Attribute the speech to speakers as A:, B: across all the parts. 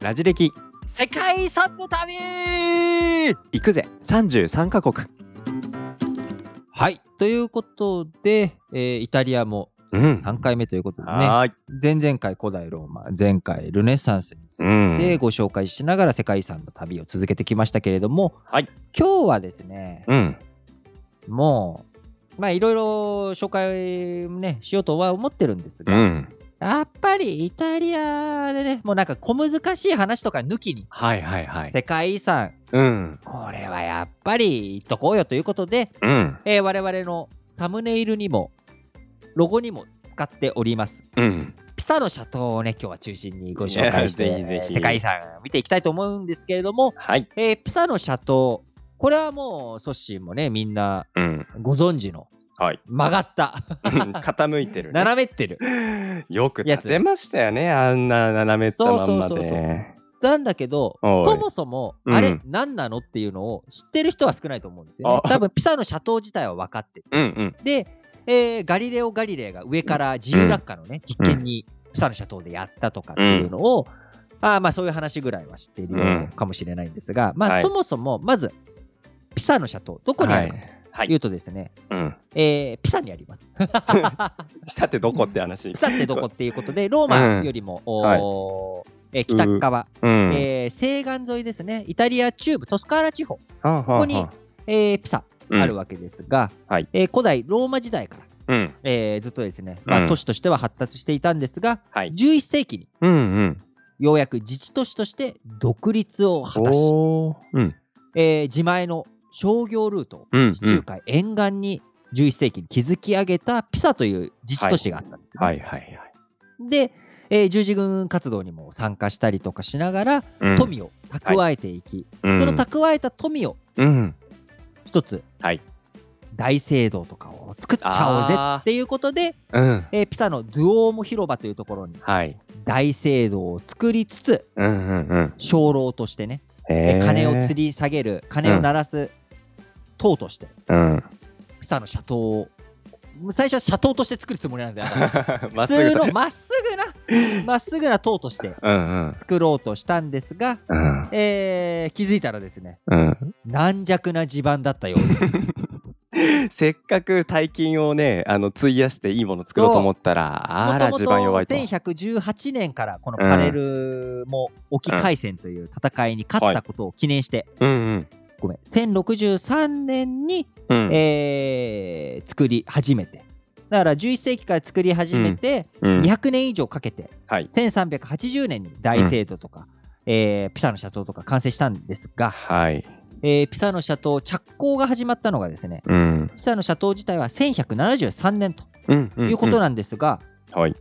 A: ラジ歴
B: 世界遺産の旅
A: 行くぜ33カ国
C: はい。ということで、えーイタリアも
A: うん
C: 3回目ということでね、
A: はーい
C: 前々回古代ローマ、前回ルネサンスについ
A: ん
C: てご紹介しながら世界遺産の旅を続けてきましたけれども、
A: はい
C: 今日はですね、
A: うん
C: もう、まあいろいろ紹介ね、しようとは思ってるんです
A: う
C: が、
A: ん
C: やっぱりイタリアでね、もうなんか小難しい話とか抜きに、
A: はいはいはい
C: 世界遺産、
A: うん
C: これはやっぱり言っとこうよということで、
A: うん
C: えー我々のサムネイルにもロゴにも使っております
A: うん
C: ピサのシャトーをね今日は中心にご紹介し
A: いや ぜひぜ
C: て
A: ひ
C: 世界遺産見ていきたいと思うんですけれども、
A: はい
C: えーピサのシャトーこれはもうソッシーもねみんな
A: うん
C: ご存知の
A: はい
C: 曲がった
A: 傾いてるね
C: 斜めってる
A: よく
C: や
A: 立
C: つ
A: てましたよねあんな斜めったまんま
C: そうそうそう
A: で
C: なんだけど
A: おい
C: そもそも
A: うん
C: あれ何なのっていうのを知ってる人は少ないと思うんですよ、ね
A: あ
C: 多分ピサのシャトー自体は分かってて
A: うんうん
C: で、えーガリレオ・ガリレイが上から自由落下のね、実験にピサの斜塔でやったとかっていうのを、あーまあそういう話ぐらいは知っているようかもしれないんですが、まあ、
A: はい
C: そもそもまずピサの斜塔どこにあるか
A: は
C: とい
A: いう
C: とですね、
A: うん
C: えーピサにあります
A: ピサってどこって話
C: ピサってどこっていうこ とでローマよりも、おーえー北側、
A: うん
C: えー西岸沿いですねイタリア中部トスカーラ地方、
A: こ
C: こにえーピサあるわけですが、
A: はい
C: えー古代ローマ時代か
A: う
C: ら
A: ん
C: えーずっとですね、ま
A: うん
C: あ、都市としては発達していたんですが、
A: はい
C: 11世紀に
A: うんうん
C: ようやく自治都市として独立を果たし、
A: おーうん
C: えー自前の商業ルートを
A: うんうん
C: 地中海沿岸に11世紀に築き上げたピサという自治都市があったんですね、
A: はいはい
C: で、えー十字軍活動にも参加したりとかしながら
A: はい
C: 富を蓄えていき、
A: うん
C: その蓄えた富を
A: うん
C: 一つ、
A: はい
C: 大聖堂とかを作っちゃおうぜ
A: あー
C: っていうことで、
A: うん
C: えーピサのドゥオーモ広場というところに
A: はい
C: 大聖堂を作りつつ
A: うんうんうん
C: 鐘楼としてね、
A: へー
C: 鐘を吊り下げる鐘を鳴らす塔として
A: うん
C: ピサの斜塔を最初は斜塔として作るつもりなんだよ
A: ま
C: 普
A: っすぐ
C: 通
A: だ
C: のまっすぐなまっすぐな塔として
A: うん
C: 作ろうとしたんですが、
A: うん
C: えー気づいたらですね
A: うん
C: 軟弱な地盤だったようで
A: せっかく大金をねあの費やしていいもの作ろうと思った らあら
C: も
A: 地
C: と
A: 盤
C: も
A: 弱い
C: と
A: と
C: 1118年からこのパレルモ沖海戦という戦いに勝ったことを記念して、
A: うんうん
C: ごめん1063年に
A: うん
C: えー作り始めてだから11世紀から作り始めて、
A: うん
C: 200年以上かけて
A: はい
C: 1380年に大聖堂とか、えーピサの斜塔とか完成したんですが、
A: はい
C: えーピサの斜塔着工が始まったのがですね
A: うん
C: ピサの斜塔自体は1173年と
A: うんうん
C: いうことなんですが、
A: うんはい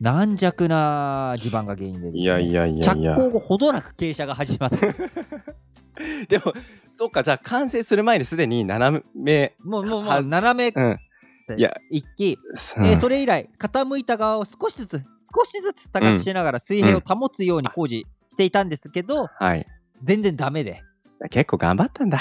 C: 軟弱な地盤が原因でです、ね、
A: いやいやいやいや
C: 着工後ほどなく傾斜が始まって
A: でもそっかじゃあ完成する前にすでに斜め
C: もうもうも
A: は
C: う斜め
A: うんいや
C: 一気
A: うん
C: えーそれ以来傾いた側を少しずつ少しずつ高くしながら水平を保つように工事していたんですけど、
A: はい
C: 全然ダメで
A: 結構頑張ったんだ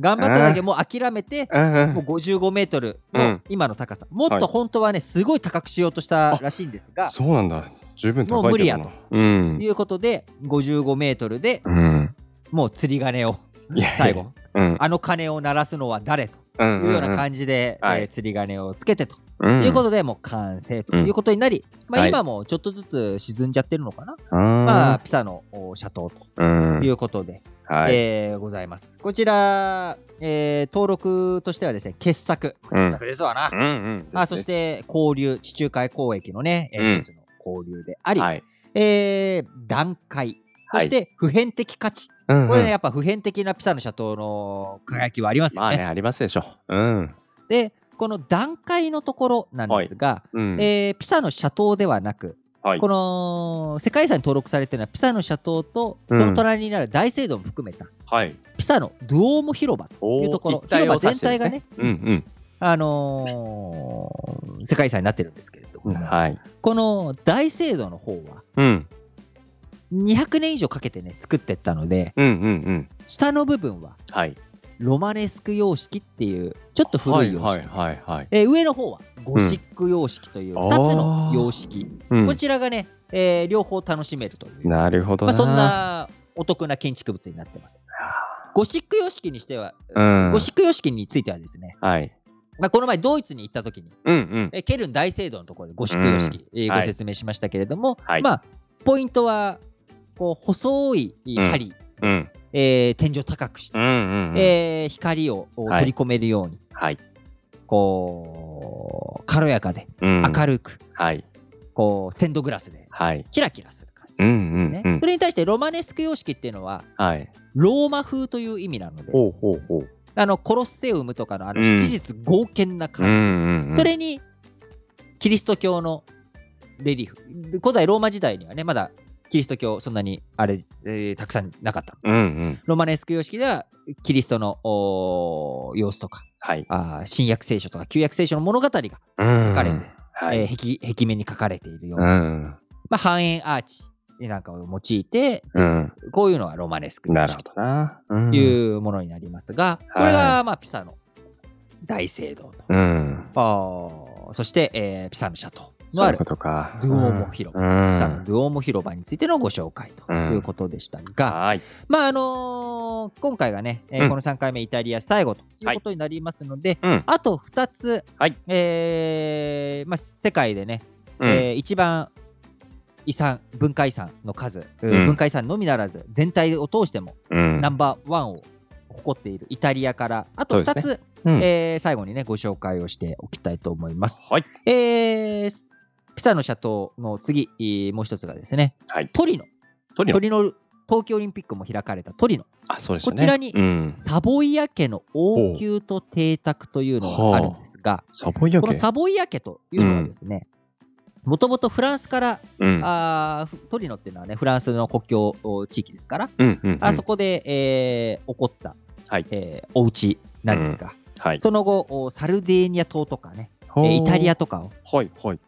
C: 頑張っただけもう諦めて、
A: うんう
C: も
A: ん
C: う55メートル
A: う
C: の
A: ん
C: 今の高さ、もっ
A: はい
C: と本当はねすごい高くしようとしたらしいんですが、
A: そうなんだ十分
C: もう
A: 高い
C: 無理
A: け
C: や
A: ど
C: と
A: なうん
C: いうことで55メートルで
A: うん
C: もう釣り鐘を
A: いやいや
C: 最後
A: うん
C: あの鐘を鳴らすのは誰と
A: うん
C: い
A: ん
C: うような感じで、
A: はい
C: えー釣り鐘をつけてと
A: うん
C: いうことでもう完成ということになり、ま
A: は
C: あ、
A: い
C: 今もちょっとずつ沈んじゃってるのかな、
A: うん
C: まあ、ピサのお斜塔と
A: うん
C: いうことで、
A: はい
C: えーございます。こちら、えー登録としてはですね、傑作。
A: うん
C: 傑作ですわな。
A: うんうん
C: あそして、交流、地中海交易のね、えー
A: うん
C: 一つの交流であり、
A: はい
C: えー段階、そして普遍的価値。
A: うんうん
C: これね、やっぱ普遍的なピサの斜塔の輝きはあります
A: ま
C: よ
A: あ
C: ね。
A: ねありますでしょうん
C: で、この段階のところなんですが、
A: うん
C: えーピサの斜塔ではなく、
A: はい
C: この世界遺産に登録されているのはピサの斜塔と、その隣になる大聖堂も含めた
A: はい
C: ピサのドゥオーモ広場と
A: おー
C: いうところ、
A: 一体
C: 広
A: を指
C: 場全
A: してで
C: 体
A: す
C: がね、
A: うん
C: あのー世界遺産になってるんですけれど
A: うん
C: も、
A: はい
C: この大聖堂の方は、
A: うん
C: 200年以上かけてね、作ってったので、
A: うんうんうん
C: 下の部分は
A: はい
C: ロマネスク様式っていうちょっと古い様式、
A: はいはいはいはい。
C: えー上の方はゴシック様式という2つの様式、
A: うん
C: こちらがね、えー両方楽しめるという、
A: なるほど
C: まあ、
A: な。
C: そんなお得な建築物になってますゴシック様式にしては、
A: うん
C: ゴシック様式についてはですね、
A: はい。
C: まあ、この前ドイツに行った時に
A: うんうん。
C: えーケルン大聖堂のところでゴシック様式、えー
A: はい
C: ご説明しましたけれども、
A: はい
C: まあ、ポイントはこう細い針、
A: うん
C: えー天井高くして、
A: うんうんうん。
C: えー光をこう
A: はい
C: 取り込めるように、
A: はい。
C: こう軽やかで
A: うん
C: 明るく、
A: はい。
C: こうステンドグラスで
A: はい。
C: キラキラする感じ
A: うん
C: で
A: う
C: すね、
A: んうん
C: そ。れに対してロマネスク様式っていうのは
A: はい。
C: ローマ風という意味なので
A: ほうほうほう。
C: あのコロッセウムとかのあの
A: うん
C: 七日豪健な
A: うん
C: 感
A: うんう
C: じ
A: ん。
C: それにキリスト教のレリーフ古代ローマ時代にはねまだキリスト教そんなにあれ、えーたくさんなかった
A: うんうん。
C: ロマネスク様式ではキリストのおー様子とか
A: はい。
C: あー新約聖書とか旧約聖書の物語が
A: 書
C: かれて
A: はい。
C: えー壁壁面に書かれているよ
A: う
C: うな、
A: ん
C: まあ、半円アーチなんかを用いて
A: うん。
C: こういうのはロマネスク
A: な
C: 様
A: るほ
C: 式
A: どな。う
C: と
A: ん。
C: いうものになりますが、これ
A: は
C: が、まあ、ピサの大聖堂と、
A: うん。
C: あーそして、えーピサの斜塔の
A: そう
C: あ
A: いう
C: る
A: ことか。
C: ドゥオーモ広場、
A: うん
C: ピサのドゥオーモ広場についてのご紹介と
A: うん
C: いうことでしたが、
A: はい。
C: まああのー今回がね、えー
A: うん
C: この3回目イタリア最後ということになりますので、
A: うん。
C: あと2つ、
A: はい
C: えーまあ、世界でね
A: うん
C: えー一番遺産文化遺産の数、うん
A: うん
C: 文化遺産のみならず全体を通しても
A: うん
C: ナンバーワンを誇っているイタリアからあと
A: そう
C: 2
A: で
C: つ、
A: すうん
C: えー最後にねご紹介をしておきたいと思います。
A: はい。
C: えーピサの斜塔の次えーもう一つがですね
A: はい。
C: トリノ
A: トリ
C: ト
A: ノ。
C: リノ東京オリンピックも開かれたトリノ
A: あ、そうですよね。
C: こちらに
A: うん。
C: サボイア家の王宮と邸宅というのがあるんですが
A: サボイア
C: この
A: 系。
C: サボイア家というのはですねもともとフランスから
A: うん。
C: あーフトリノっていうのはねフランスの国境お地域ですから、
A: うんうん。
C: あそこで、えー起こった、
A: はい
C: えーお家なんですが、
A: はい。
C: その後おサルデーニャ島とかね、えーイタリアとかを
A: ア。はいはい。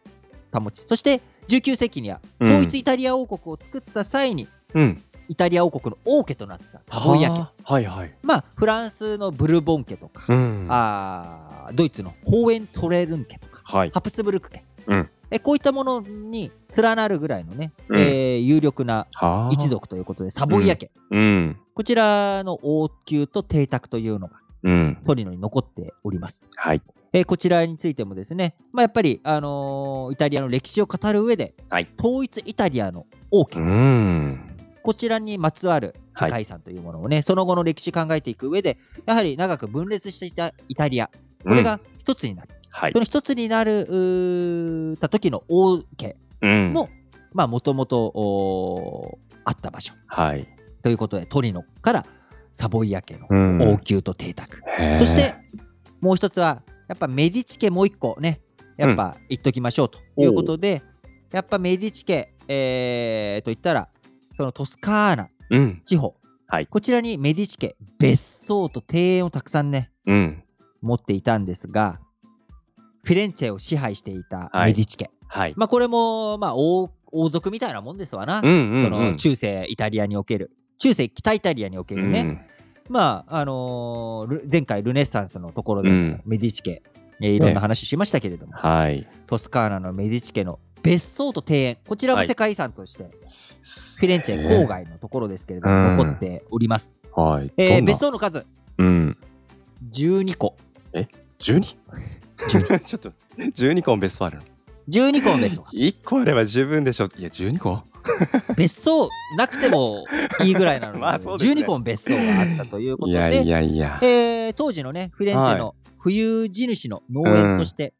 C: 保ちそして19世紀には
A: うん
C: 統一イタリア王国を作った際に、
A: うん。
C: イタリア王国の王家となったサボイア家
A: あーはいはい。
C: まあフランスのブルボン家とか、
A: うん。
C: あードイツのホーエントレルン家とか
A: はい。
C: ハプスブルク家、
A: うん
C: えこういったものに連なるぐらいのね、
A: うん
C: えー有力な
A: はあ
C: 一。族ということでサボイア家、
A: うん。
C: こちらの王宮と邸宅というのが
A: うん。
C: トリノに残っております、
A: はい。
C: えーこちらについてもですね、まあ、やっぱり、あのーイタリアの歴史を語る上で、
A: はい
C: 統一イタリアの王
A: う
C: 家、
A: ん。
C: こちらにまつわる世界遺産というものをね、その後の歴史考えていく上でやはり長く分裂していたイタリアこれ
A: うん。
C: が一つになる、
A: はい
C: そ。の一つになるうーた時の王家
A: うん
C: のまあもともとあった場所
A: はい。
C: ということでトリノからサボイア家の
A: うん
C: 王宮と邸宅、
A: へー
C: そしてもう一つはやっぱメディチ家もう一個ねやっぱ言っときましょうということで、やっぱメディチ家、えーと言ったらそのトスカーナ
A: うん。
C: 地方、
A: はい
C: こちらにメディチ家別荘と庭園をたくさんね
A: うん。
C: 持っていたんですがフィレンツェを支配していた
A: はい
C: メディチ家、
A: はい。
C: まあこれもまあ王王族みたいなもんですわ
A: う
C: な、
A: んうんうん。
C: その中世イタリアにおける中世北イタリアにおけるね、まああのール前回ルネッサンスのところでも
A: うん
C: メディチ家、えーいろんな話しましたけれども、
A: はい。
C: トスカーナのメディチ家の別荘と庭園こちらも
A: はい
C: 世界遺産として、
A: フ
C: フィレンツェ郊。外のところですけれども、
A: うん
C: 残っております、
A: はい。
C: えー
A: どんな
C: 別。荘の数
A: うん。
C: 12個
A: 十二。ちょ っと十二個もベストあるの。
C: 12個の別荘
A: 一個あれば十分でしょ。いや十二個。
C: 別荘なくてもいいぐらいなの
A: まあ
C: で
A: そうですね
C: 12個の別荘があったということ
A: い
C: で
A: やいやいや。
C: えー当時のねフィレンツェの富裕地主の農園として、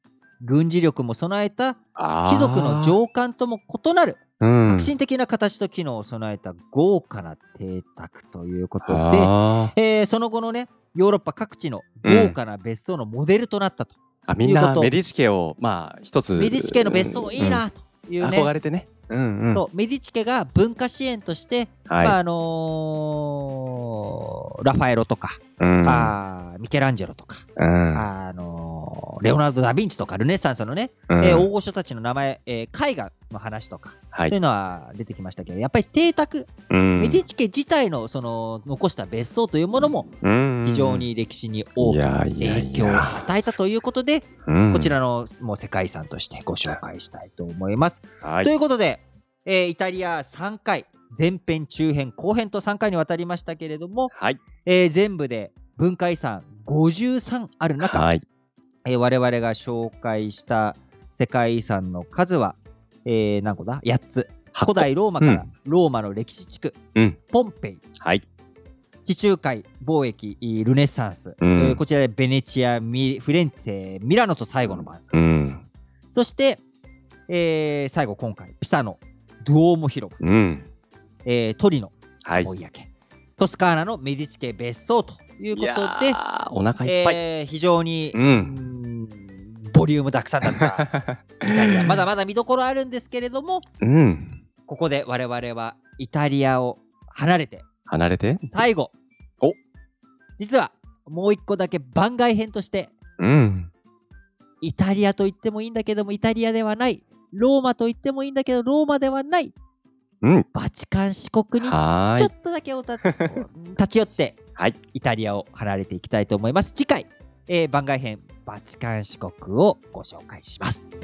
C: 軍事力も備えた貴
A: 貴
C: 族の上官とも異なる
A: うん
C: 革新的な形と機能を備えた豪華な邸宅ということで、
A: あー
C: えーその後のねヨーロッパ各地の豪華な別荘のモデルとなったと、
A: あみん
C: いうこ
A: な
C: と
A: メディチ家をまあ一つ
C: メディチ家の別荘いいなというね、
A: 憧れてねうんうん
C: そうメディチ家が文化支援として、
A: はい
C: まああのーラファエロとか、
A: うん
C: あーミケランジェロとか、
A: うん
C: あのレオナルド・ダ・ヴィンチとかルネサンスのね、
A: うん
C: えー大御所たちの名前、えー絵画の話とか、
A: は
C: という
A: い。
C: のは出てきましたけど、やっぱり邸宅、
A: うん
C: メディチ家自体のその残した別荘というものも非常。に歴史に大きな影響を与えたということで、
A: うん
C: こち。らのもう世界遺産としてご紹介したいと思います。
A: は
C: と
A: い。
C: いうことで、えーイタリア3回、前編、中編、後編と3回にわたりましたけれども、
A: はい。
C: えー全部で文化遺産53ある中、
A: はい。
C: えー我々が紹介した世界遺産の数は、えー何個だ ?8 つ。
A: 八個
C: 古代ローマから
A: う
C: ローマの歴史地区、
A: うん
C: ポンペイ、
A: はい。
C: 地中海、貿易、ルネサンス、
A: うん
C: えーこちらでベネチア、ミフィレンツェ、ミラノと最後の晩餐、
A: うん。
C: そして、えー最後今回、ピサノ、ドゥオーモ広場、
A: うん。
C: えートリノ、
A: はい。
C: ボイア家トスカーナのメディチ家別荘というこ
A: いや
C: とで、
A: ーお腹いっぱい。
C: えー非常に、
A: うん
C: うーんボリュームたくさんだったイタリ アまだまだ見どころあるんですけれども
A: うん。
C: ここで我々はイタリアを離れて
A: 離れて。
C: 最後
A: お
C: 実はもう一個だけ番外編として
A: うん。
C: イタリアと言ってもいいんだけどもイタリアではないローマと言ってもいいんだけどローマではない
A: うん。
C: バチカン市国にちょ
A: はー
C: っ
A: い。
C: とだけおた立ち寄って
A: はい。
C: イタリアを離れていきたいと思います次回、えー番外編バチカン市国をご紹介します